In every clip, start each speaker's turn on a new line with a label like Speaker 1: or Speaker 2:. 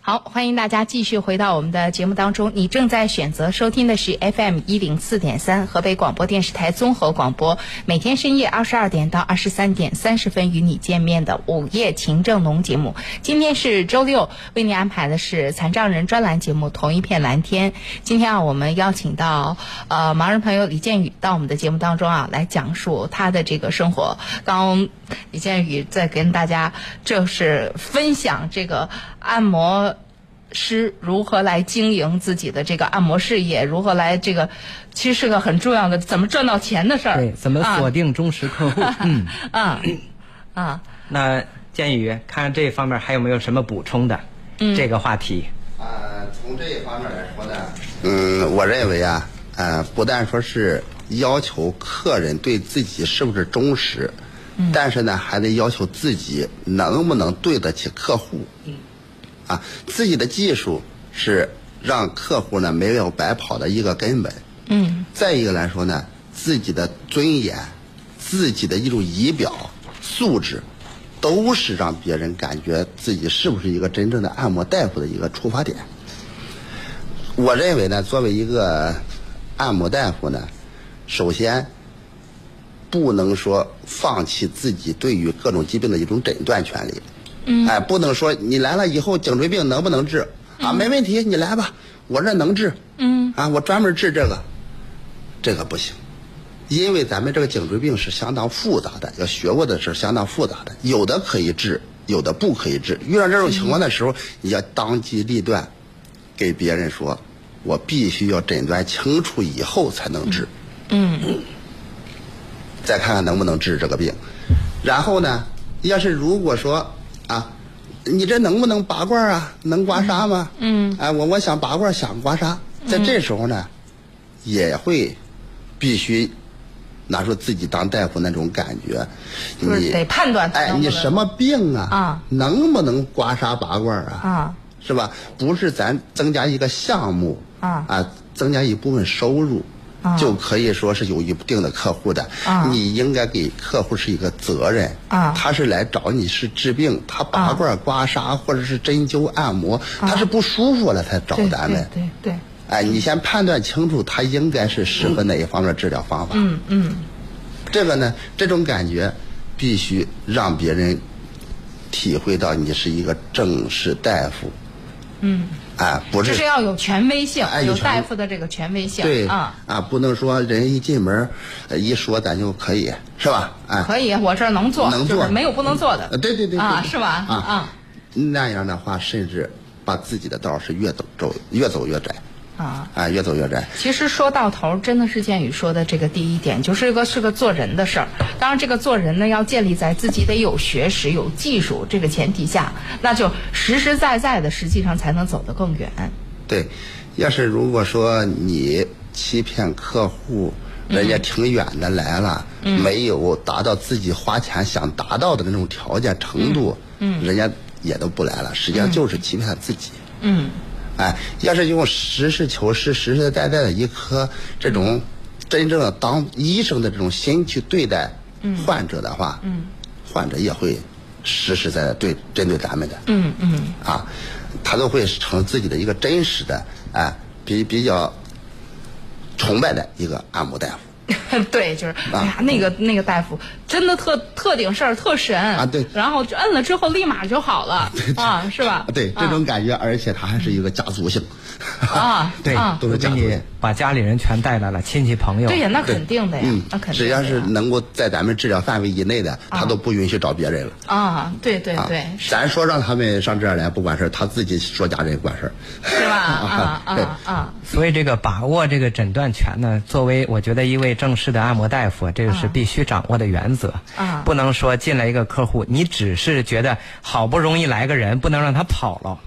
Speaker 1: 好，欢迎大家继续回到我们的节目当中。你正在选择收听的是 FM 一零四点三河北广播电视台综合广播，每天深夜二十二点到二十三点三十分与你见面的午夜情正浓节目。今天是周六，为您安排的是残障人专栏节目《同一片蓝天》。今天啊，我们邀请到呃盲人朋友李建宇到我们的节目当中啊，来讲述他的这个生活。刚李建宇在跟大家就是分享这个按摩。师如何来经营自己的这个按摩事业，如何来这个，其实是个很重要的怎么赚到钱的事 儿。
Speaker 2: 对，怎么锁定忠实客户？嗯
Speaker 1: 啊啊，
Speaker 2: 那建宇，看这方面还有没有什么补充的？这个话题，
Speaker 3: 呃，从这一方面来说呢，嗯，我认为啊，呃，不但说是要求客人对自己是不是忠实，但是呢，还得要求自己能不能对得起客户。啊，自己的技术是让客户呢没有白跑的一个根本。
Speaker 1: 嗯，
Speaker 3: 再一个来说呢，自己的尊严、自己的一种仪表素质，都是让别人感觉自己是不是一个真正的按摩大夫的一个出发点。我认为呢，作为一个按摩大夫呢，首先不能说放弃自己对于各种疾病的一种诊断权利。嗯，哎，不能说你来了以后颈椎病能不能治啊？没问题，你来吧，我这能治。嗯，啊，我专门治这个，这个不行，因为咱们这个颈椎病是相当复杂的，要学过的是相当复杂的，有的可以治，有的不可以治。遇到这种情况的时候，你要当机立断，给别人说，我必须要诊断清楚以后才能治。
Speaker 1: 嗯
Speaker 3: 再看看能不能治这个病。然后呢，要是如果说啊，你这能不能拔罐啊？能刮痧吗？嗯，哎，我我想拔罐，想刮痧，
Speaker 1: 嗯
Speaker 3: 在这时候呢，也会必须拿出自己当大夫那种感觉，
Speaker 1: 就是
Speaker 3: 你
Speaker 1: 得判断
Speaker 3: 哎，
Speaker 1: 能不
Speaker 3: 你
Speaker 1: 能
Speaker 3: 什么病啊？
Speaker 1: 啊
Speaker 3: 能不能刮痧拔罐啊？
Speaker 1: 啊，
Speaker 3: 是吧？不是咱增加一个项目
Speaker 1: 啊
Speaker 3: 增加一部分收入。
Speaker 1: 啊
Speaker 3: 就可以说是有一定的客户的，
Speaker 1: 啊
Speaker 3: 你应该给客户是一个责任。
Speaker 1: 啊
Speaker 3: 他是来找你是治病，他拔罐、刮痧或者是针灸、按摩，他是不舒服了才找
Speaker 1: 啊对
Speaker 3: 咱们。
Speaker 1: 对对对，
Speaker 3: 哎，你先判断清楚他应该是适合哪一方面治疗方法。
Speaker 1: 嗯嗯
Speaker 3: 这个呢，这种感觉必须让别人体会到你是一个正式大夫。嗯。哎，不
Speaker 1: 就是是要有权威性，
Speaker 3: 哎有
Speaker 1: 有
Speaker 3: 权威
Speaker 1: 大夫的这个权威性。
Speaker 3: 对
Speaker 1: 啊，
Speaker 3: 不能说人一进门，呃一说咱就可以是吧？哎，
Speaker 1: 可以，我这儿能做，
Speaker 3: 能
Speaker 1: 就
Speaker 3: 做
Speaker 1: 是没有不能做的。
Speaker 3: 呃对对对对
Speaker 1: 啊，
Speaker 3: 对
Speaker 1: 是吧？
Speaker 3: 啊
Speaker 1: 啊
Speaker 3: 那样的话，甚至把自己的道儿是越走走越走越窄，
Speaker 1: 啊。
Speaker 3: 啊，越走越窄。
Speaker 1: 其实说到头，真的是建宇说的这个第一点，就是个是个做人的事儿。当然，这个做人呢，要建立在自己得有学识、有技术这个前提下，那就实实在在的，实际上才能走得更远。
Speaker 3: 对，要是如果说你欺骗客户，人家挺远的来了，没有达到自己花钱想达到的那种条件程度，人家也都不来了，实际上就是欺骗自己。
Speaker 1: 嗯，
Speaker 3: 哎，要是用实事求是、实实在在的一颗这种真正的当医生的这种心去对待
Speaker 1: 嗯
Speaker 3: 患者的话，患者也会实实在在对针对咱们的，
Speaker 1: 嗯嗯，
Speaker 3: 啊，他都会成自己的一个真实的，哎，比比较崇拜的一个按摩大夫。
Speaker 1: 对，就是
Speaker 3: 啊
Speaker 1: 哎呀，那个那个大夫真的特特顶事儿，特神啊
Speaker 3: 对
Speaker 1: 然后摁了之后立马就好 了啊，是吧？
Speaker 3: 对，这种感觉，而且他还是一个家族性。
Speaker 1: 啊，
Speaker 2: 对，
Speaker 1: 啊，
Speaker 3: 都
Speaker 2: 我
Speaker 3: 是
Speaker 2: 给
Speaker 3: 家族
Speaker 2: 你
Speaker 3: 的
Speaker 2: 把家里人全带来了，亲戚朋友。啊
Speaker 1: 对呀，那肯定的呀， 啊
Speaker 3: 嗯
Speaker 1: 那，肯定的呀。
Speaker 3: 只要是能够在咱们治疗范围以内的，他都不允许找别人了。
Speaker 1: 啊，对对
Speaker 3: 啊
Speaker 1: 对，
Speaker 3: 咱说让他们上这儿来不管事儿，他自己说家人管事儿。
Speaker 1: 是吧？啊
Speaker 3: 对
Speaker 1: 啊啊，
Speaker 2: 所以这个把握这个诊断权呢，作为我觉得一位正式的按摩大夫，这个是必须掌握的原则。
Speaker 1: 啊
Speaker 2: 不能说进来一个客户，你只是觉得好不容易来个人，不能让他跑了。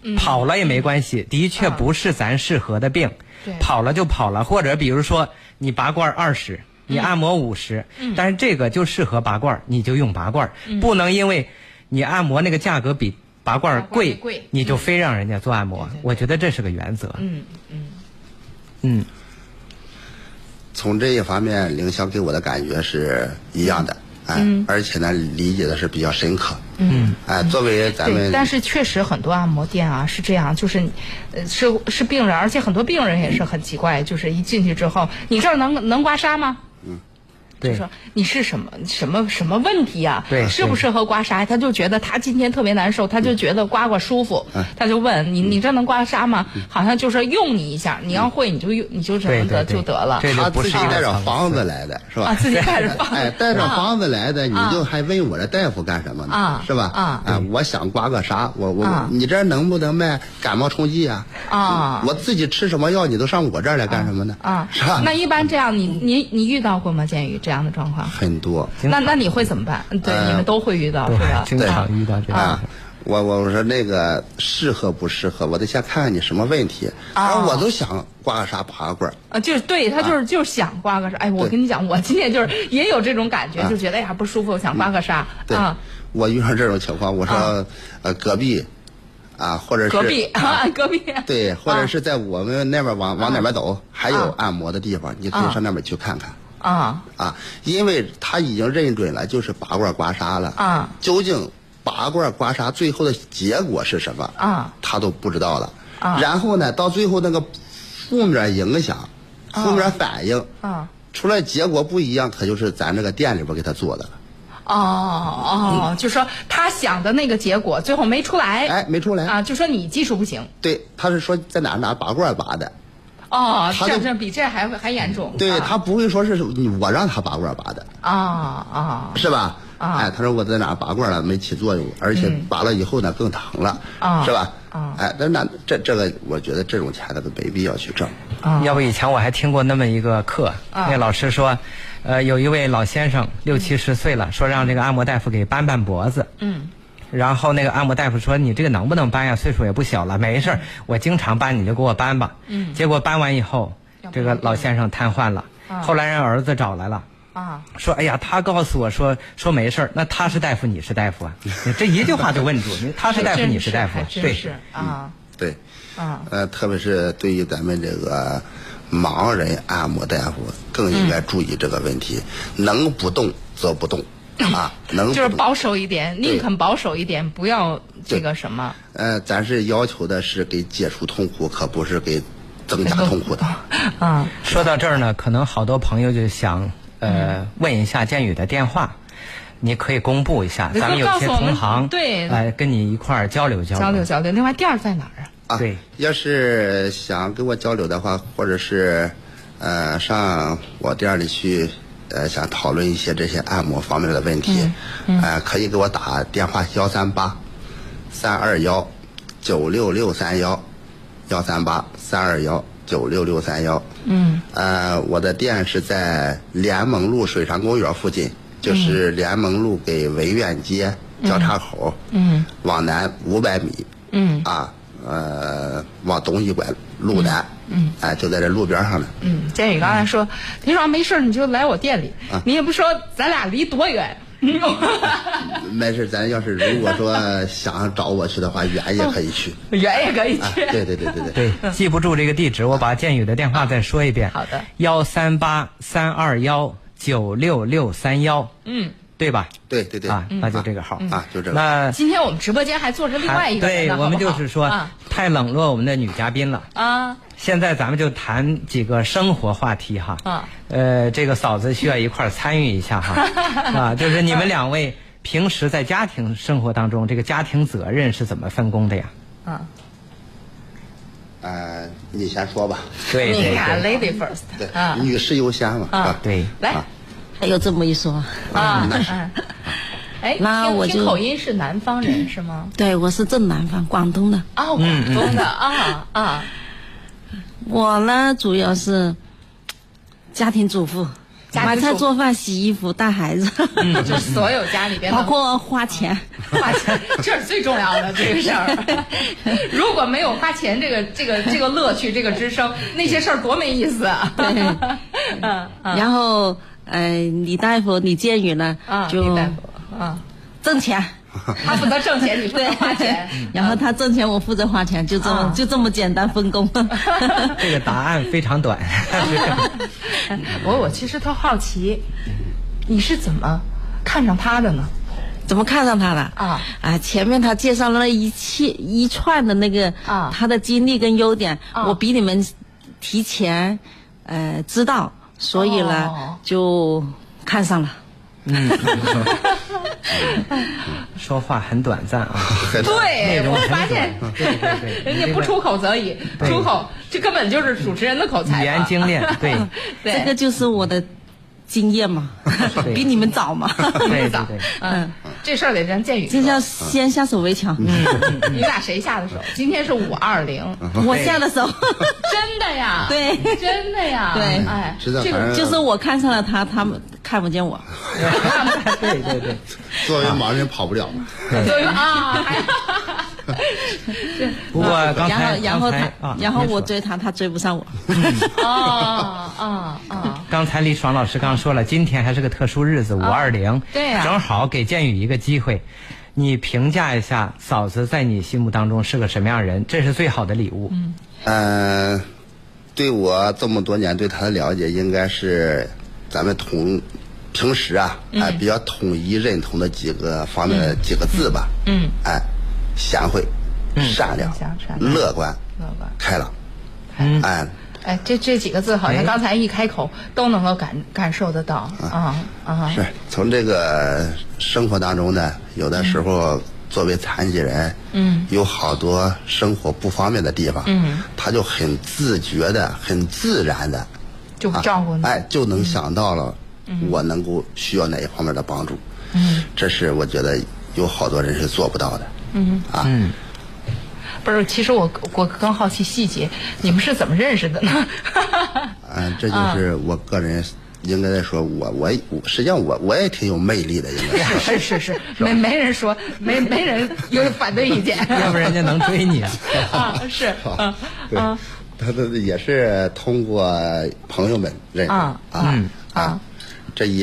Speaker 1: 嗯
Speaker 2: 跑了也没关系，的确不是咱适合的病。
Speaker 1: 对
Speaker 2: 跑了就跑了，或者比如说你拔罐二十，
Speaker 1: 嗯
Speaker 2: 你按摩五十、但是这个就适合拔罐儿，你就用拔罐儿、
Speaker 1: 嗯
Speaker 2: 不能因为你按摩那个价格比拔罐儿
Speaker 1: 拔罐儿
Speaker 2: 贵，
Speaker 1: 贵嗯
Speaker 2: 你就非让人家做按摩。
Speaker 1: 对对对
Speaker 2: 我觉得这是个原则。
Speaker 1: 嗯嗯。
Speaker 2: 嗯，
Speaker 3: 从这一方面，凌霄给我的感觉是一样的哎，
Speaker 1: 嗯
Speaker 3: 而且呢，理解的是比较深刻。嗯，哎，作为咱
Speaker 1: 对
Speaker 3: 们，
Speaker 1: 但是确实很多按摩店啊是这样，就是，呃，是是病人，而且很多病人也是很奇怪，就是一进去之后，你这儿能能刮痧吗？就
Speaker 2: 对
Speaker 1: 说你是什么什么什么问题啊？
Speaker 2: 对嗯
Speaker 1: 适不适合刮痧？他就觉得他今天特别难受，他就觉得刮刮舒服，他就问你你这能刮痧吗？好像就是用你一下，你要会你就用你就什
Speaker 2: 嗯对
Speaker 1: 么
Speaker 2: 对
Speaker 1: 的
Speaker 2: 对，
Speaker 1: 就得了
Speaker 2: 这
Speaker 3: 他
Speaker 2: 就不
Speaker 3: 自
Speaker 2: 是
Speaker 3: 己
Speaker 2: 一个
Speaker 3: 带着
Speaker 2: 常
Speaker 3: 房子来的是吧？
Speaker 1: 啊，自己带着放。
Speaker 3: 哎，带着
Speaker 1: 啊
Speaker 3: 房子来的，你就还问我这大夫干什么呢？
Speaker 1: 啊
Speaker 3: 是吧？哎
Speaker 1: 啊
Speaker 3: 我想刮个痧，我我、
Speaker 1: 啊
Speaker 3: 你这能不能卖感冒冲剂啊？
Speaker 1: 啊
Speaker 3: 我自己吃什么药，你都上我这儿来干什么呢？
Speaker 1: 啊
Speaker 3: 是吧？
Speaker 1: 那一般这样，你你你遇到过吗？建宇这样的状况？
Speaker 3: 很多
Speaker 1: 那那你会怎么办？对，你们都会遇到是吧？
Speaker 2: 呃经常遇到这样
Speaker 3: 啊
Speaker 2: 的。。
Speaker 3: 我我说那个适合不适合，我得先看看你什么问题。
Speaker 1: 啊
Speaker 3: 然后我都想刮个痧拔个罐儿，
Speaker 1: 啊，就是对他就是就是想刮个痧，哎，我跟你讲，我今天就是也有这种感觉，就觉得哎呀不舒服，我想刮个痧
Speaker 3: 嗯对，
Speaker 1: 啊，
Speaker 3: 我遇上这种情况，我说、
Speaker 1: 啊
Speaker 3: 呃隔壁啊，或者是
Speaker 1: 隔壁
Speaker 3: 啊
Speaker 1: 啊， 隔壁
Speaker 3: 对，或者是在我们那边往、往哪边走，还有
Speaker 1: 啊
Speaker 3: 按摩的地方，你可以上那边去看看
Speaker 1: 啊
Speaker 3: 啊，因为他已经认准了就是拔罐刮痧了
Speaker 1: 啊，
Speaker 3: 究竟拔罐刮痧最后的结果是什么
Speaker 1: 啊，
Speaker 3: 他都不知道了
Speaker 1: 啊
Speaker 3: 然后呢，到最后那个负面影响、负面反应，
Speaker 1: 啊
Speaker 3: 出来结果不一样，可就是咱这个店里边给他做的了，
Speaker 1: 哦哦，就说他想的那个结果最后没出来
Speaker 3: 哎，没出来，
Speaker 1: 啊，就说你技术不行
Speaker 3: 对，他是说在哪儿哪儿拔罐拔
Speaker 1: 啊
Speaker 3: 的，
Speaker 1: 哦，
Speaker 3: 他
Speaker 1: 这
Speaker 3: 就
Speaker 1: 这比这还还严重，
Speaker 3: 对、
Speaker 1: 啊
Speaker 3: 他不会说是我让他拔罐拔的，
Speaker 1: 啊啊
Speaker 3: 是吧？
Speaker 1: 啊嗯
Speaker 3: 哎，他说我在哪儿拔罐了，没起作用，而且拔了以后呢更疼了，
Speaker 1: 啊
Speaker 3: 是吧？
Speaker 1: 啊
Speaker 3: 哎，那那这这个，我觉得这种钱呢都没必要去挣。
Speaker 1: 啊
Speaker 2: 要不以前我还听过那么一个课，
Speaker 1: 啊嗯
Speaker 2: 那老师说，呃，有一位老先生六七十岁了，说让这个按摩大夫给扳扳脖子。
Speaker 1: 嗯。
Speaker 2: 然后那个按摩大夫说：“你这个能不能扳呀？岁数也不小了，没
Speaker 1: 嗯
Speaker 2: 事儿，我经常扳，你就给我扳吧。”嗯。结果扳完以后
Speaker 1: 要，不
Speaker 2: 这个老先生瘫痪了。后来让儿子找来了。
Speaker 1: 啊
Speaker 2: 说，哎呀，他告诉我说说没事儿，那他是大夫，你是大夫啊？你这一句话 就问住，你他是大夫，
Speaker 1: 真
Speaker 2: 你是大夫
Speaker 1: 还，
Speaker 2: 对
Speaker 1: 真，是啊
Speaker 3: 对，
Speaker 1: 啊
Speaker 3: 呃，特别是对于咱们这个盲人按摩大夫，更应该注意这个问题，能不动则不动，啊，能
Speaker 1: 就是
Speaker 3: 不动。
Speaker 1: 保守一点，宁肯保守一点，不要这个什么。
Speaker 3: 呃，咱是要求的是给解除痛苦，可不是给增加痛苦的。
Speaker 1: 啊
Speaker 2: 说到这儿呢，可能好多朋友就想呃
Speaker 1: 嗯
Speaker 2: 问一下建宇的电话，你可以公布一下，
Speaker 1: 你
Speaker 2: 咱们有
Speaker 1: 告
Speaker 2: 些
Speaker 1: 诉我们
Speaker 2: 同行
Speaker 1: 对
Speaker 2: 来跟你一块儿交流交流。
Speaker 1: 交流交流。另外，店儿在哪儿啊？
Speaker 3: 啊，
Speaker 2: 对，
Speaker 3: 要是想跟我交流的话，或者是呃上我店里去，呃想讨论一些这些按摩方面的问题，呃可以给我打电话幺三八三二幺九六六三幺幺三八三二幺九六六三幺。嗯。呃，我的店是在联盟路水上公园附近，就是联盟路给维园街交叉口。嗯。往南五百米。嗯。啊，呃，往东一拐，路南。嗯。哎、就在这路边上呢。
Speaker 1: 嗯，建宇刚才说，你说啊没事儿你就来我店里，
Speaker 2: 啊
Speaker 1: 你也不说咱俩离多远。嗯
Speaker 3: 没事，咱要是如果说想找我去的话，远也可以去。
Speaker 1: 远也可以
Speaker 3: 啊，
Speaker 1: 去。
Speaker 3: 对对对对对。
Speaker 2: 对，记不住这个地址，我把建宇的电话再说一遍。
Speaker 1: 好的，
Speaker 2: 幺三八三二幺九六六三幺。嗯，对吧？
Speaker 3: 对对对。
Speaker 2: 啊，那就这个号
Speaker 3: 啊就这个
Speaker 2: 那
Speaker 1: 今天我们直播间还坐嗯着另外一个人
Speaker 2: 对
Speaker 1: 呢，
Speaker 2: 我们
Speaker 1: 好不
Speaker 2: 就
Speaker 1: 好
Speaker 2: 是说
Speaker 1: 啊
Speaker 2: 太冷落我们的女嘉宾了。
Speaker 1: 啊
Speaker 2: 现在咱们就谈几个生活话题哈。
Speaker 1: 啊。
Speaker 2: 呃，这个嫂子需要一块儿参与一下哈。啊，就是你们两位平时在家庭生活当中，这个家庭责任是怎么分工的呀？
Speaker 1: 啊，
Speaker 3: 呃，你先说吧。
Speaker 2: 对对
Speaker 1: 你看
Speaker 2: 对，
Speaker 1: ，lady first
Speaker 3: 对，
Speaker 1: 啊，
Speaker 3: 女士优先嘛。
Speaker 1: 啊
Speaker 3: 啊
Speaker 2: 对。
Speaker 1: 来
Speaker 3: 啊
Speaker 4: 还有这么一说，
Speaker 1: 啊，嗯哎，
Speaker 4: 那
Speaker 1: 听
Speaker 4: 我
Speaker 1: 听
Speaker 4: 就
Speaker 1: 口音是南方人是吗？
Speaker 4: 对我是正南方，广东的。
Speaker 1: 啊，广
Speaker 2: 嗯
Speaker 1: 东的啊啊
Speaker 4: 我呢，主要是家庭主妇，
Speaker 1: 家庭
Speaker 4: 买
Speaker 1: 主妇嗯
Speaker 4: 菜、做饭、洗衣服、带孩子，
Speaker 2: 嗯
Speaker 1: 就是所有家里边
Speaker 4: 包
Speaker 1: 能
Speaker 4: 括花钱。
Speaker 1: 花钱， 这是最重要的这个事 儿。如果没有花钱这个这个这个乐趣，这个支撑，那些事儿多没意思啊！嗯嗯
Speaker 4: 然后，呃，李大夫、李建宇呢，
Speaker 1: 啊，
Speaker 4: 就
Speaker 1: 李大夫啊，
Speaker 4: 挣钱。
Speaker 1: 他负责挣钱，你负责花 钱。
Speaker 4: 然后他挣钱，我负责花钱，就这么、
Speaker 1: 啊
Speaker 4: 就这么简单 分工。
Speaker 2: 这个答案非常短。
Speaker 1: 我我其实特好奇，你是怎么看上他的呢？
Speaker 4: 怎么看上他的
Speaker 1: 啊
Speaker 4: 啊！前面他介绍了一切一串的那个
Speaker 1: 啊
Speaker 4: 他的经历跟优点，
Speaker 1: 啊
Speaker 4: 我比你们提前呃知道，所以呢、
Speaker 1: 哦
Speaker 4: 就看上了。
Speaker 2: 嗯说话很短暂啊，内
Speaker 1: 对
Speaker 2: 容
Speaker 1: 我
Speaker 2: 很
Speaker 1: 发
Speaker 2: 短
Speaker 1: 现，
Speaker 2: 对对对，
Speaker 1: 人
Speaker 2: 你
Speaker 1: 家
Speaker 2: 这
Speaker 1: 不
Speaker 2: 个
Speaker 1: 出口则已，
Speaker 2: 对
Speaker 1: 嗯出口这根本就是主持人的口才吧。
Speaker 2: 语言精炼，对
Speaker 1: 对
Speaker 4: 这个就是我的经 验嘛
Speaker 2: 对，
Speaker 4: 比你们早嘛。
Speaker 2: 对对对，
Speaker 1: 嗯，这事儿得咱建宇
Speaker 4: 这
Speaker 1: 说
Speaker 4: 叫先下手为强。
Speaker 1: 你俩谁下的手？今天是五二零，
Speaker 4: 我下的 手，
Speaker 1: 真的呀，，
Speaker 4: 嗯对，
Speaker 1: 真的呀，
Speaker 4: 对
Speaker 1: 哎，
Speaker 3: 知道
Speaker 1: 这
Speaker 3: 反
Speaker 1: 个
Speaker 3: 正
Speaker 4: 就是我看上了他，他们看不见我。
Speaker 2: 对对对，
Speaker 3: 作为盲人跑不了嘛。
Speaker 1: 对啊，哎
Speaker 2: 不过刚
Speaker 4: 然
Speaker 2: 才
Speaker 4: 后，然后
Speaker 2: 刚
Speaker 4: 他
Speaker 2: 才啊，，
Speaker 4: 然后
Speaker 2: 您
Speaker 4: 我
Speaker 2: 说
Speaker 4: 追他，他追不上我。
Speaker 1: 啊啊啊！
Speaker 2: 刚才李爽老师刚说了，今天还是个特殊日子，五二零，
Speaker 1: 对呀
Speaker 2: 正好给建宇一个机会，你评价一下嫂子在你心目当中是个什么样人，这是最好的礼物。嗯，
Speaker 3: 嗯，对我这么多年对他的了解，应该是咱们同平时啊，哎，比较统一认同的几个方面的几个字吧。嗯，哎，贤惠、善良
Speaker 1: 善良善、良
Speaker 3: 乐观、
Speaker 1: 乐观
Speaker 3: 开朗。
Speaker 2: 嗯
Speaker 3: 哎，
Speaker 1: 哎，这这几个字好像
Speaker 2: 哎
Speaker 1: 刚才一开口都能够感感受得到啊啊！
Speaker 3: 是从这个生活当中呢，有的时候作为残疾人，嗯，有好多生活不方便的地方，嗯，他就很自觉的、很自然的，
Speaker 1: 就照顾你嗯
Speaker 3: 哎，就能想到了我能够需要哪一方面的帮助，嗯，这是我觉得有好多人是做不到的，嗯啊，
Speaker 1: 不是，其实我我更好奇细节，你们是怎么认识的呢？
Speaker 3: 嗯，这就是
Speaker 1: 啊
Speaker 3: 我个人应该来说，我我我实际上我我也挺有魅力的，应该
Speaker 1: 是
Speaker 3: 是
Speaker 1: 是是，没没人说，没没人有反对意见
Speaker 2: 要不人家能追你啊？
Speaker 1: 啊，是嗯
Speaker 3: 对，他的也是通过朋友们认识
Speaker 1: 啊
Speaker 3: 啊
Speaker 1: 啊，
Speaker 3: 这一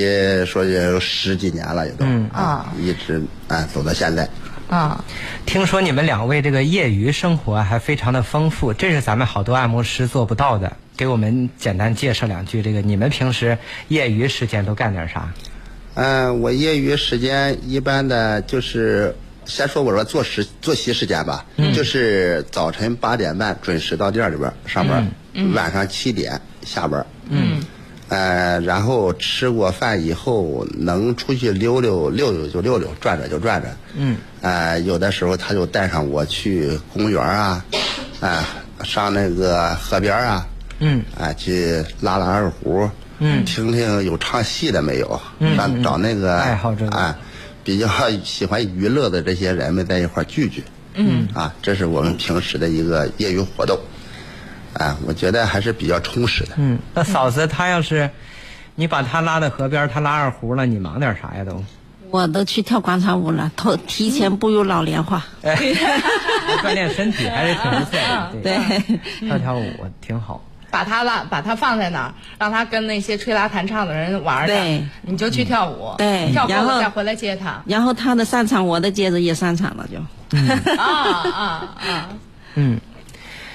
Speaker 3: 说也有十几年了，也都
Speaker 1: 啊，
Speaker 3: 一直啊走到现在。
Speaker 1: 啊。
Speaker 2: 听说你们两位这个业余生活还非常的丰富，这是咱们好多按摩师做不到的。给我们简单介绍两句，这个你们平时业余时间都干点啥？
Speaker 3: 嗯，我业余时间一般的就是，先说我说作时作息时间吧，就是早晨八点半准时到店里边儿上班，晚上七点下班。嗯。呃，然后吃过饭以后能出去溜溜溜溜就溜溜，转转就转转。嗯。呃，有的时候他就带上我去公园啊，啊、上那个河边啊。
Speaker 2: 嗯。
Speaker 3: 啊，去拉拉二胡，嗯，听听有唱戏的没有，嗯，咱找那个
Speaker 2: 爱好者
Speaker 3: 啊，比较 喜欢娱乐的这些人们在一块儿聚聚，嗯，啊，这是我们平时的一个业余活动，啊，我觉得还是比较充实的。
Speaker 2: 嗯，那嫂子她要是你把她拉到河边，她拉二胡了，你忙点啥呀都？
Speaker 4: 我都去跳广场舞了，头提前步入老年化。
Speaker 2: 哎， 锻炼身体还是挺不错的，
Speaker 1: 嗯
Speaker 4: 对，
Speaker 2: 跳跳舞挺好。
Speaker 1: 把他拉，把他放在那儿，让他跟那些吹拉弹唱的人玩儿
Speaker 4: 对
Speaker 1: 去，你就去跳舞，
Speaker 4: 对
Speaker 1: 跳够
Speaker 4: 然
Speaker 1: 了
Speaker 4: 后。
Speaker 1: 再回来接他
Speaker 4: 然后他的擅长，我的接着也擅长了就。
Speaker 1: 啊啊 啊！
Speaker 2: 嗯，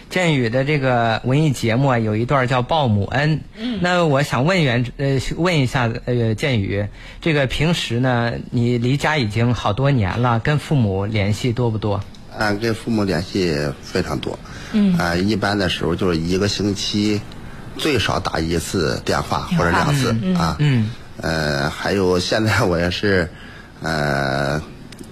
Speaker 2: 建宇的这个文艺节目啊，有一段叫《鲍姆恩》。嗯，那我想问原呃问一下呃建宇，这个平时呢，你离家已经好多年了，跟父母联系多不多？
Speaker 3: 啊，跟父母联系非常多。嗯。啊，一般的时候就是一个星期最少打一次电话或者两次、啊。
Speaker 2: 嗯。
Speaker 3: 呃，还有现在我也是，呃，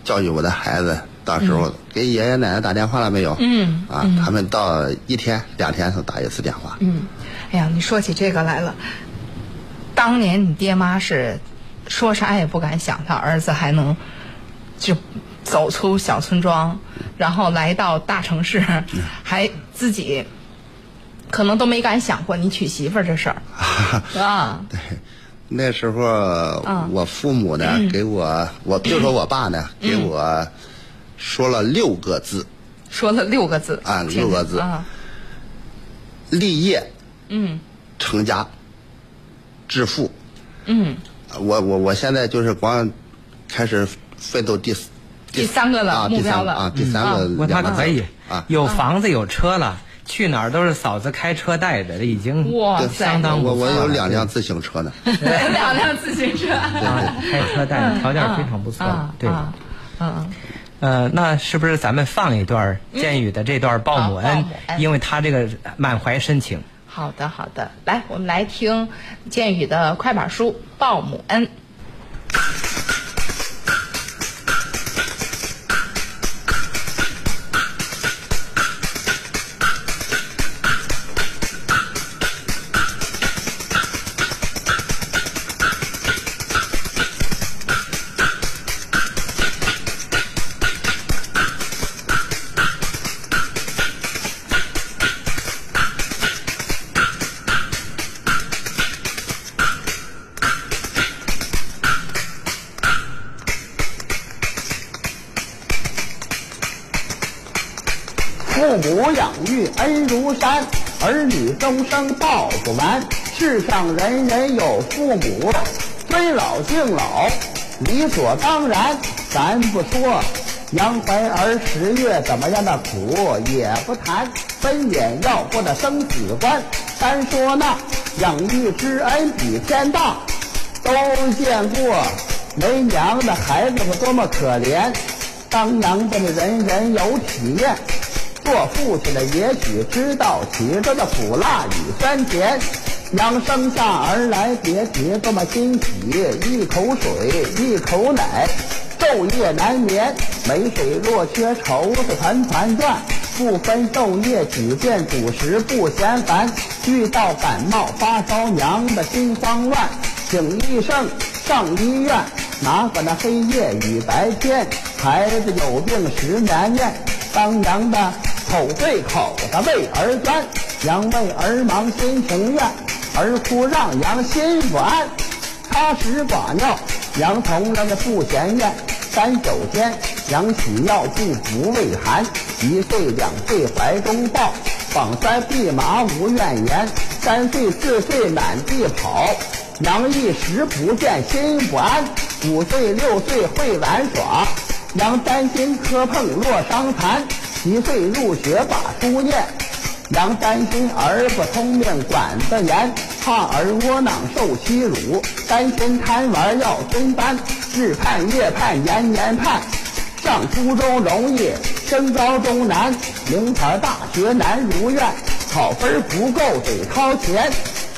Speaker 3: 教育我的孩子，到时候给爷爷奶奶打电话了没有？嗯。啊，他们到一天两天才打一次电话。嗯。
Speaker 1: 哎呀，你说起这个来了，当年你爹妈是说啥也不敢想，他儿子还能就走出小村庄，然后来到大城市，
Speaker 3: 嗯
Speaker 1: 还自己可能都没敢想过你娶媳妇儿这事 儿啊。
Speaker 3: 那时候我父母呢、给我，我就说我爸呢、给我说了六个字。
Speaker 1: 说了六个字
Speaker 3: 啊
Speaker 1: 听听
Speaker 3: 六个字
Speaker 1: 啊，
Speaker 3: 立业，嗯，成家，致富，嗯，我我我现在就是光开始奋斗第四
Speaker 1: 第三个了
Speaker 3: 啊
Speaker 1: 目标了
Speaker 3: 第三个啊，第三个
Speaker 2: 我
Speaker 3: 两
Speaker 2: 他
Speaker 3: 个字
Speaker 2: 可以
Speaker 3: 啊，
Speaker 2: 有房子有车了，去哪儿都是嫂子开车带着，已经
Speaker 1: 哇
Speaker 3: 对
Speaker 1: 塞
Speaker 2: 相当
Speaker 3: 我
Speaker 2: 不错
Speaker 3: 我
Speaker 2: 了
Speaker 3: 有两辆自行车呢，
Speaker 1: 两辆自行车，
Speaker 2: 啊，开车带着，条件非常不错
Speaker 1: 啊
Speaker 2: 了，对。
Speaker 1: 啊嗯，
Speaker 2: 呃，那是不是咱们放一段儿建宇的这段《鲍姆
Speaker 1: 好鲍
Speaker 2: 恩
Speaker 1: 姆》恩嗯
Speaker 2: 因为他这个满怀深情。
Speaker 1: 好的好的，来，我们来听建宇的快板书《鲍姆恩》。
Speaker 5: 父母养育恩如山，儿女终生报不完。世上人人有父母，尊老敬老，理所当然。咱不说杨怀儿十月怎么样的苦，也不谈分娩要过的生死关，单说那养育之恩比天大。都见过没娘的孩子们多么可怜，当娘的们人人有体验，做父亲的也许知道其中的苦辣与酸甜。娘生下儿来，别提多么欣喜，一口水，一口奶，昼夜难眠，没水若缺，愁是团团转。不分昼夜，只见主食不嫌烦。遇到感冒发烧，娘的心慌乱，请医生上医院。哪管那黑夜与白天，孩子有病时难念。当娘的口对口的为儿钻，娘为儿忙心情愿，儿哭让娘心不安。插屎把尿，娘从来的不嫌厌。三九天，娘起药不服胃寒，一岁两岁怀中抱，绑三臂麻无怨言。三岁四岁满地跑，娘一时不见心不安。五岁六岁会玩耍，娘担心磕碰落伤残。一岁入学把书念。娘担心儿不聪明管得严，怕儿窝囊受欺辱，担心贪玩要蹲班，日盼夜盼年年盼，上初中容易升高中难，名牌大学难如愿，考分不够得掏钱。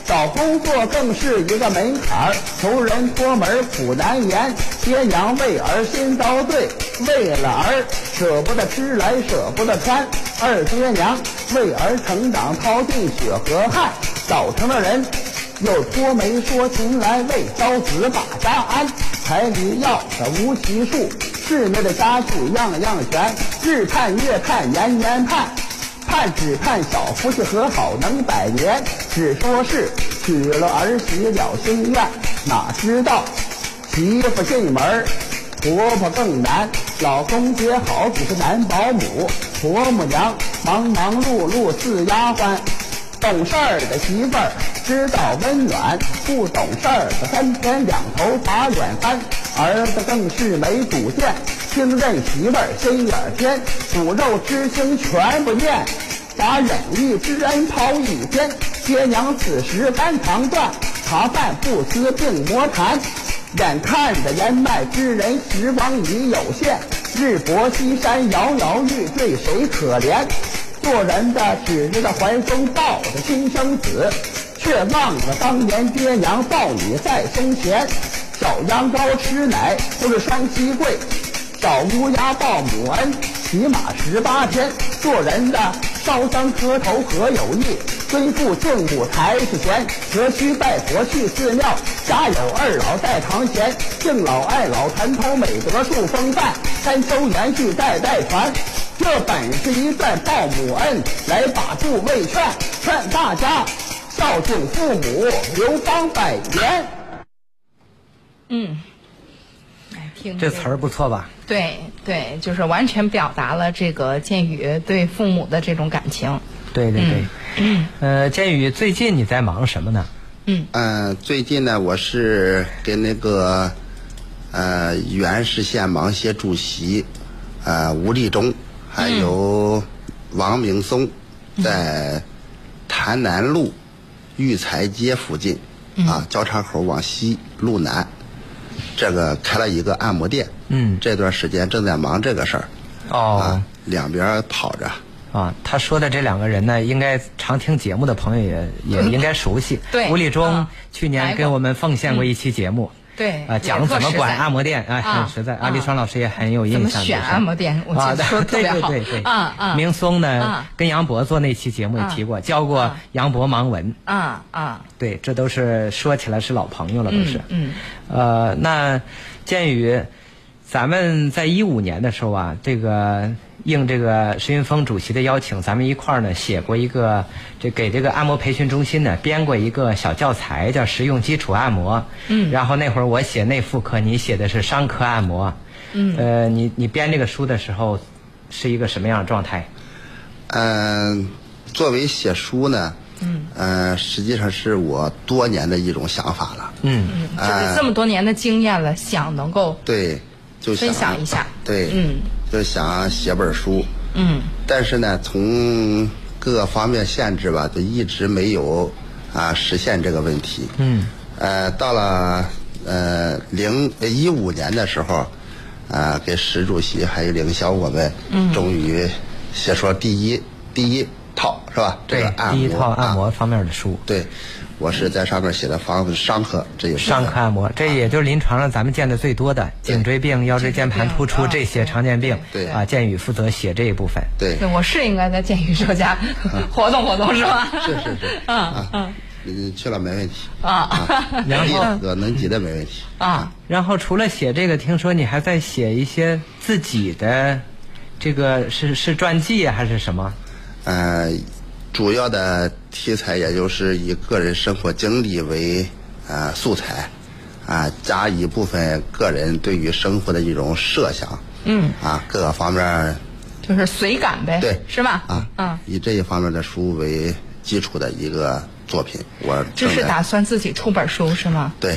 Speaker 5: 找工作更是一个门槛儿，求人脱门苦难言。爹娘为儿心遭罪，为了儿舍不得吃来舍不得穿。二爹娘为儿成长掏尽血和汗，早成了人又托媒说情来，为朝子把家安。彩礼要的无其数，室内的家具样样全，日盼月盼年年盼。盼只盼小夫妻和好能百年，只说是娶了儿媳了心愿，哪知道媳妇进门儿，婆婆更难。老公接好几个男保姆，婆母娘忙忙碌碌似丫鬟。懂事儿的媳妇儿知道温暖，不懂事儿的三天两头把脸翻。儿子更是没主见，听任媳妇儿心眼儿尖，骨肉之情全不念，把忍义之恩抛一边。爹娘此时肝肠断，茶饭不思病魔缠。眼看着年迈之人时光已有限，日薄西山摇摇欲坠，谁可怜？做人的只知道怀中抱着亲生子，却忘了当年爹娘抱你在胸前。小羊羔吃奶都是双膝跪，小乌鸦报母恩起码十八天。做人的烧香磕头和有益，尊父敬母才是贤。何须拜佛去寺庙，家有二老在堂前。敬老爱老传统美德树风范，三秋延续代代传。这本是一段报母恩，来把助为劝，劝大家孝敬父母，流芳百年。
Speaker 1: 来听
Speaker 2: 这词儿不错吧？
Speaker 1: 对对，就是完全表达了这个建宇对父母的这种感情。
Speaker 2: 对对对。
Speaker 1: 嗯
Speaker 2: 呃，建宇，最近你在忙什么呢？
Speaker 3: 嗯，最近呢，我是跟那个呃原市县盲协主席呃吴立忠，还有王明松，
Speaker 2: 嗯
Speaker 3: 在潭南路育才街附近
Speaker 2: 嗯
Speaker 3: 啊，交叉口往西路南，这个开了一个按摩店。
Speaker 2: 嗯
Speaker 3: 这段时间正在忙这个事儿。
Speaker 2: 哦
Speaker 3: 啊，两边跑着。
Speaker 2: 啊，他说的这两个人呢，应该常听节目的朋 友也也应该熟悉。
Speaker 1: 对
Speaker 2: 吴立忠
Speaker 1: 嗯
Speaker 2: 去
Speaker 1: 来
Speaker 2: 年
Speaker 1: 过嗯
Speaker 2: 给我们奉献过一期节目。
Speaker 1: 对
Speaker 2: 啊，讲怎么管按摩店，哎，
Speaker 1: 啊
Speaker 2: 很实在。
Speaker 1: 啊
Speaker 2: 阿立川老师也很有印象。
Speaker 1: 怎么选
Speaker 2: 就是
Speaker 1: 按摩店我记得
Speaker 2: 啊对
Speaker 1: 说得特别好
Speaker 2: 对对对对
Speaker 1: 啊啊
Speaker 2: 明松呢
Speaker 1: 啊，
Speaker 2: 跟杨博做那期节目也提过，教过杨博盲文。
Speaker 1: 啊啊，
Speaker 2: 对，这都是说起来是老朋友了，都是。
Speaker 1: 嗯
Speaker 2: 呃，那鉴于咱们在一五年的时候啊，这个应这个石云峰主席的邀请，咱们一块儿呢写过一个，这给这个按摩培训中心呢编过一个小教材，叫《实用基础按摩》。嗯。然后那会儿我写内妇科，你写的是伤科按摩。嗯。呃，你你编这个书的时候是一个什么样的状态？
Speaker 3: 嗯，作为写书呢，嗯，呃，实际上是我多年的一种想法了。
Speaker 2: 嗯
Speaker 1: 嗯，就是这么多年的经验了，想能够
Speaker 3: 对，呃就想啊
Speaker 1: 分享一下
Speaker 3: 对，
Speaker 1: 嗯，
Speaker 3: 就想写本书，
Speaker 1: 嗯，
Speaker 3: 但是呢，从各个方面限制吧，就一直没有啊实现这个问题。
Speaker 2: 嗯，
Speaker 3: 呃，到了呃零一五年的时候，啊，给石主席还有凌霄我们，
Speaker 2: 嗯
Speaker 3: 终于写出了第一第一套是吧？这个按摩
Speaker 2: 第一套
Speaker 3: 啊
Speaker 2: 按摩方面的书。
Speaker 3: 对，我是在上面写的防伤科，这也是
Speaker 2: 上颌按摩，这也就是临床上咱们见的最多的
Speaker 3: 对
Speaker 2: 颈椎病、腰椎间盘突出
Speaker 1: 啊
Speaker 2: 这些常见病。
Speaker 3: 对
Speaker 2: 啊，建宇负责写这一部分。
Speaker 3: 对
Speaker 1: 对，我是应该在建宇手家 活动活动是吧？
Speaker 3: 嗯是是 是
Speaker 1: 啊
Speaker 3: 啊，嗯，去了没问题
Speaker 1: 啊
Speaker 2: 然后
Speaker 3: 能挤能挤的没问题。
Speaker 1: 啊，
Speaker 2: 然后除了写这个，听说你还在写一些自己的，这个是是传记啊还是什么？
Speaker 3: 呃，主要的题材也就是以个人生活经历为呃素材，啊、加一部分个人对于生活的一种设想，嗯，啊，各个方面儿
Speaker 1: 就是随感呗，
Speaker 3: 对
Speaker 1: 是吧？
Speaker 3: 啊，
Speaker 1: 嗯，
Speaker 3: 以这一方面的书为基础的一个作品，我
Speaker 1: 这
Speaker 3: 正
Speaker 1: 是
Speaker 3: 在
Speaker 1: 打算自己出本书是吗？
Speaker 3: 对，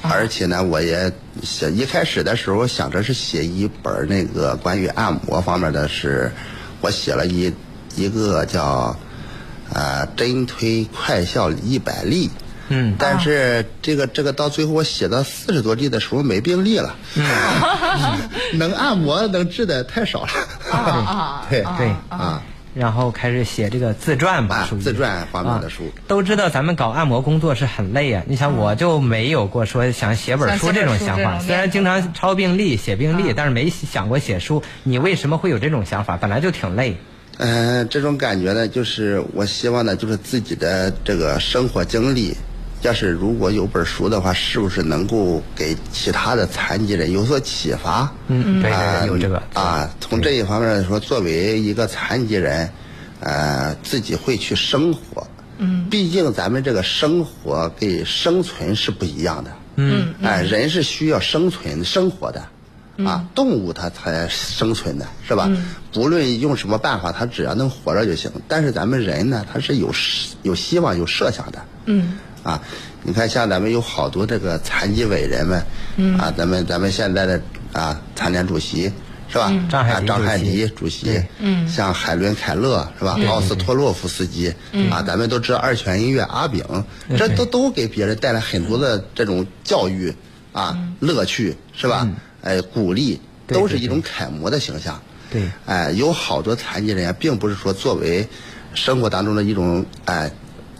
Speaker 1: 啊
Speaker 3: 而且呢，我也写一开始的时候想着是写一本儿那个关于按摩方面的是，我写了一一个叫呃针推快效一百例。
Speaker 2: 嗯，
Speaker 3: 但
Speaker 1: 啊
Speaker 3: 是这个这个到最后我写到四十多例的时候没病例了， 能按摩能治的太少了，
Speaker 1: 嗯啊
Speaker 3: 对
Speaker 1: 啊
Speaker 2: 对
Speaker 3: 啊
Speaker 2: 然后开始写这个自传吧，
Speaker 3: 啊
Speaker 2: 属于
Speaker 3: 自传方面的书
Speaker 2: 啊都知道咱们搞按摩工作是很累啊。你想，我就没有过说想写本书这种想
Speaker 1: 想写本书这种念
Speaker 2: 法。
Speaker 1: 头
Speaker 2: 虽然经常抄病历、写病历，但是没想过写书。你为什么会有这种想法？本来就挺累。
Speaker 3: 嗯、这种感觉呢，就是我希望呢，就是自己的这个生活经历，要是如果有本书的话，是不是能够给其他的残疾人有所启发？
Speaker 2: 嗯，对对
Speaker 3: 啊
Speaker 2: 对，有这个。
Speaker 3: 啊。从这一方面来说，作为一个残疾人，呃，自己会去生活。嗯，毕竟咱们这个生活跟生存是不一样的。嗯，哎、人是需要生存生活的。啊，动物它才生存的是吧？不论用什么办法，它只要能活着就行。但是咱们人呢，他是有有希望、有设想的。嗯。啊，你看，像咱们有好多这个残疾伟人们，啊，咱们咱们现在的啊，残联主席是吧？
Speaker 2: 张海
Speaker 3: 啊
Speaker 2: 迪
Speaker 3: 张海
Speaker 2: 主席
Speaker 3: 迪主席，嗯，像海伦凯勒是吧？奥斯托洛夫斯基，啊，咱们都知道二泉映月阿炳，
Speaker 2: 嗯
Speaker 3: 这都都给别人带来很多的这种教育啊、乐趣是吧？哎，鼓励
Speaker 2: 嗯对对
Speaker 3: 都是一种楷模的形象。
Speaker 2: 对
Speaker 3: 哎，有好多残疾人啊，并不是说作为生活当中的一种哎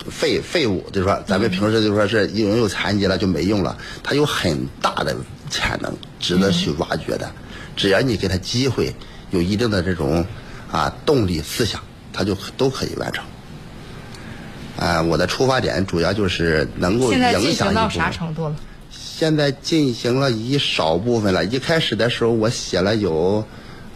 Speaker 3: 废废物，就是说咱
Speaker 1: 嗯
Speaker 3: 们平时就说是因为有残疾了就没用了，他有很大的潜能，值得去
Speaker 1: 嗯
Speaker 3: 挖掘的。只要你给他机会，有一定的这种啊动力、思想，他就都可以完成。啊，我的出发点主要就是能够
Speaker 1: 现在
Speaker 3: 影
Speaker 1: 进
Speaker 3: 响
Speaker 1: 行
Speaker 3: 一
Speaker 1: 到
Speaker 3: 部
Speaker 1: 啥
Speaker 3: 分。
Speaker 1: 程度了？
Speaker 3: 现在进行了一少部分了。一开始的时候，我写了有，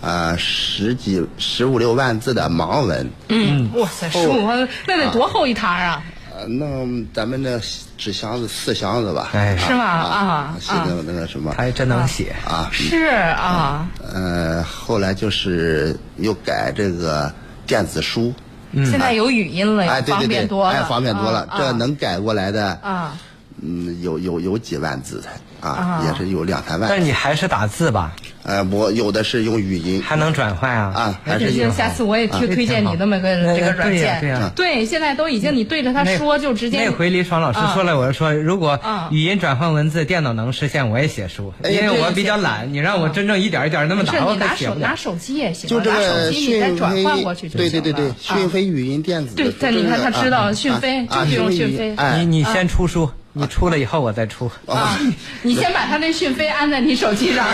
Speaker 3: 呃，十几、十五六万字的盲文。
Speaker 1: 嗯，哇
Speaker 3: 哦
Speaker 1: 塞，十五万，那得多厚一沓啊！
Speaker 3: 呃，那咱们那纸箱子四箱子吧，
Speaker 2: 哎
Speaker 1: 是吗啊
Speaker 3: 写的那个什么
Speaker 2: 他，还真能写。
Speaker 3: 啊，
Speaker 1: 是啊，
Speaker 3: 呃，后来就是又改这个电子书，
Speaker 1: 现在有语音了，
Speaker 3: 嗯哎，
Speaker 1: 也
Speaker 3: 对
Speaker 1: 方
Speaker 3: 对
Speaker 1: 便
Speaker 3: 对，
Speaker 1: 多了，
Speaker 3: 哎，方便多了
Speaker 1: 啊，
Speaker 3: 这能改过来的，
Speaker 1: 啊，
Speaker 3: 嗯，有有有几万字才，
Speaker 1: 啊
Speaker 3: 啊，也是有两三万。
Speaker 2: 但是你还是打字吧？
Speaker 3: 呃，我有的是用语音
Speaker 2: 还能转换啊？
Speaker 3: 啊，
Speaker 2: 那
Speaker 3: 还
Speaker 2: 挺
Speaker 3: 是
Speaker 1: 哎就
Speaker 3: 有
Speaker 2: 好
Speaker 1: 下次我
Speaker 3: 啊
Speaker 1: 也
Speaker 3: 哎
Speaker 1: 去推荐你那么个
Speaker 2: 那
Speaker 1: 这个软
Speaker 2: 对哎呀
Speaker 1: 件。
Speaker 2: 对呀
Speaker 1: 哎对嗯现在都已经你对着他
Speaker 2: 那
Speaker 1: 说，就直接啊
Speaker 2: 那回李爽老师说了，我就说如果
Speaker 1: 嗯
Speaker 2: 语音转换文字，电脑能实现，我也写书，
Speaker 3: 哎
Speaker 2: 因为
Speaker 3: 对
Speaker 2: 我比较懒，你让我真正一点一点那么
Speaker 1: 不是
Speaker 2: 打，我
Speaker 1: 你
Speaker 2: 可
Speaker 1: 拿
Speaker 2: 写
Speaker 1: 手
Speaker 2: 不
Speaker 1: 拿
Speaker 2: 了。
Speaker 1: 手机也行，
Speaker 3: 就这
Speaker 1: 拿
Speaker 3: 个
Speaker 1: 手机你再
Speaker 3: 讯
Speaker 1: 转
Speaker 3: 飞
Speaker 1: 换过去，就
Speaker 3: 对
Speaker 1: 行
Speaker 3: 对对对
Speaker 1: 了，
Speaker 3: 讯
Speaker 1: 啊
Speaker 3: 飞语音电子，
Speaker 1: 对
Speaker 3: 就
Speaker 1: 但你
Speaker 3: 这
Speaker 1: 看
Speaker 3: 个
Speaker 1: 他
Speaker 3: 啊
Speaker 1: 知道
Speaker 3: 啊
Speaker 1: 讯飞
Speaker 3: 啊
Speaker 1: 就是用
Speaker 3: 讯
Speaker 1: 讯
Speaker 3: 语
Speaker 1: 飞
Speaker 3: 音哎，
Speaker 2: 你你先出书，你出了以后我再出。
Speaker 1: 啊，你先把他那讯飞安在你手机 上，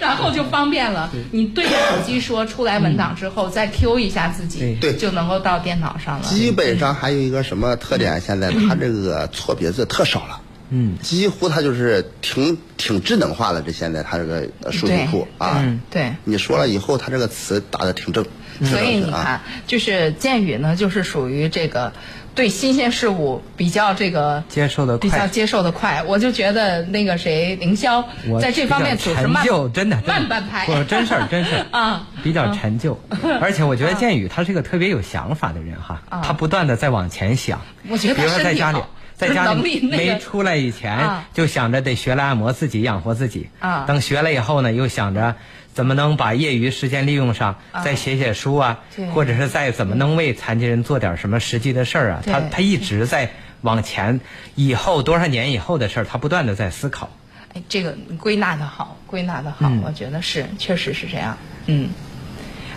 Speaker 1: 然后就方便了。你对着手机说出来文档之后，再
Speaker 2: 嗯
Speaker 1: Q 一下自己，
Speaker 3: 对
Speaker 1: 就能够到电脑上了。
Speaker 3: 基本上还有一个什么特点？现在它这个错别字特少了，嗯，几乎它就是挺挺智能化了。这现在它这个呃数据库
Speaker 1: 对嗯
Speaker 3: 啊，
Speaker 2: 嗯
Speaker 1: 对。嗯
Speaker 3: 你说了以后，它这个词打的挺正，挺
Speaker 1: 所以
Speaker 3: 正确
Speaker 1: 你
Speaker 3: 啊。
Speaker 1: 看，就是建宇呢，就是属于这个对新鲜事物比较这个
Speaker 2: 接受得快
Speaker 1: 比较接受的快。我就觉得那个谁凌霄
Speaker 2: 我
Speaker 1: 在这方面
Speaker 2: 比
Speaker 1: 总
Speaker 2: 较
Speaker 1: 是
Speaker 2: 陈
Speaker 1: 慢
Speaker 2: 旧，真的真的
Speaker 1: 慢半拍。
Speaker 2: 我真事儿真事儿
Speaker 1: 啊，
Speaker 2: 比较 陈旧。而且我觉得建宇他是个特别有想法的人哈，
Speaker 1: 啊
Speaker 2: 他不断的在往前想。
Speaker 1: 我觉得
Speaker 2: 比如说
Speaker 1: 身
Speaker 2: 在
Speaker 1: 体
Speaker 2: 家里
Speaker 1: 好。
Speaker 2: 在家
Speaker 1: 能力
Speaker 2: 里
Speaker 1: 那个
Speaker 2: 没出来以前
Speaker 1: 啊，
Speaker 2: 就想着得学了按摩自己养活自己。
Speaker 1: 啊
Speaker 2: 等学了以后呢，又想着怎么能把业余时间利用上，
Speaker 1: 啊
Speaker 2: 再写写书啊
Speaker 1: 对，
Speaker 2: 或者是再怎么能为残疾人做点什么实际的事儿啊。
Speaker 1: 对
Speaker 2: 他他一直在往前，以后多少年以后的事儿，他不断的在思考。
Speaker 1: 哎，这个归纳的好，归纳的
Speaker 3: 嗯
Speaker 1: 好，我觉得是，确实是这样。嗯，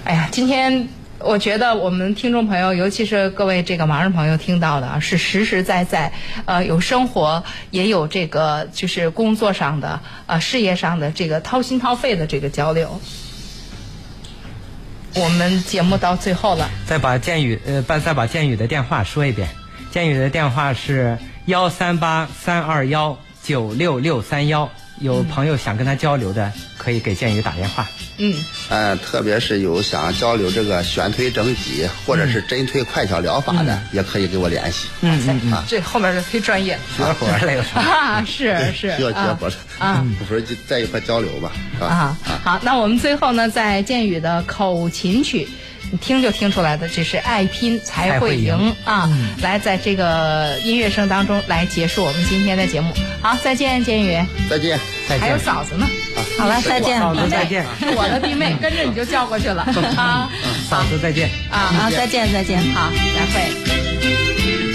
Speaker 1: 哎呀，今天我觉得我们听众朋友，尤其是各位这个盲人朋友听到的啊，是实实在在，呃，有生活，也有这个就是工作上的，呃，事业上的这个掏心掏肺的这个交流。我们节目到最后了，
Speaker 2: 再把建宇呃，把再把建宇的电话说一遍。建宇的电话是幺三八三二幺九六六三幺，有朋友想跟他交流的，可以给建宇打电话。
Speaker 1: 嗯，
Speaker 3: 嗯，特别是有想交流这个悬推整脊或者
Speaker 1: 嗯
Speaker 3: 是针推快巧疗法的，也可以给我联系。
Speaker 2: 嗯嗯，
Speaker 3: 啊
Speaker 1: 这后面就忒专业
Speaker 2: 绝活儿了又是。
Speaker 1: 啊， 是是
Speaker 3: 需要结
Speaker 1: 啊
Speaker 3: 合了
Speaker 1: 啊。
Speaker 3: 我说就在一块交流吧，是吧？
Speaker 1: 啊，好，那我们最后呢，在建宇的口琴曲，你听就听出来的，这是爱拼才会赢
Speaker 2: 才会赢嗯
Speaker 1: 啊！来，在这个音乐声当中来结束我们今天的节目。好，再见，建宇，
Speaker 3: 再见。
Speaker 2: 再
Speaker 1: 还有
Speaker 2: 见。
Speaker 1: 嫂 子呢，
Speaker 4: 好了，再见，
Speaker 2: 嫂
Speaker 4: 啊，
Speaker 2: 子再见，
Speaker 1: 是我的弟妹，跟着你就叫过去 了啊
Speaker 2: 嫂子再见。
Speaker 1: 啊！
Speaker 4: 再见，再见。
Speaker 1: 好，再会。
Speaker 3: 再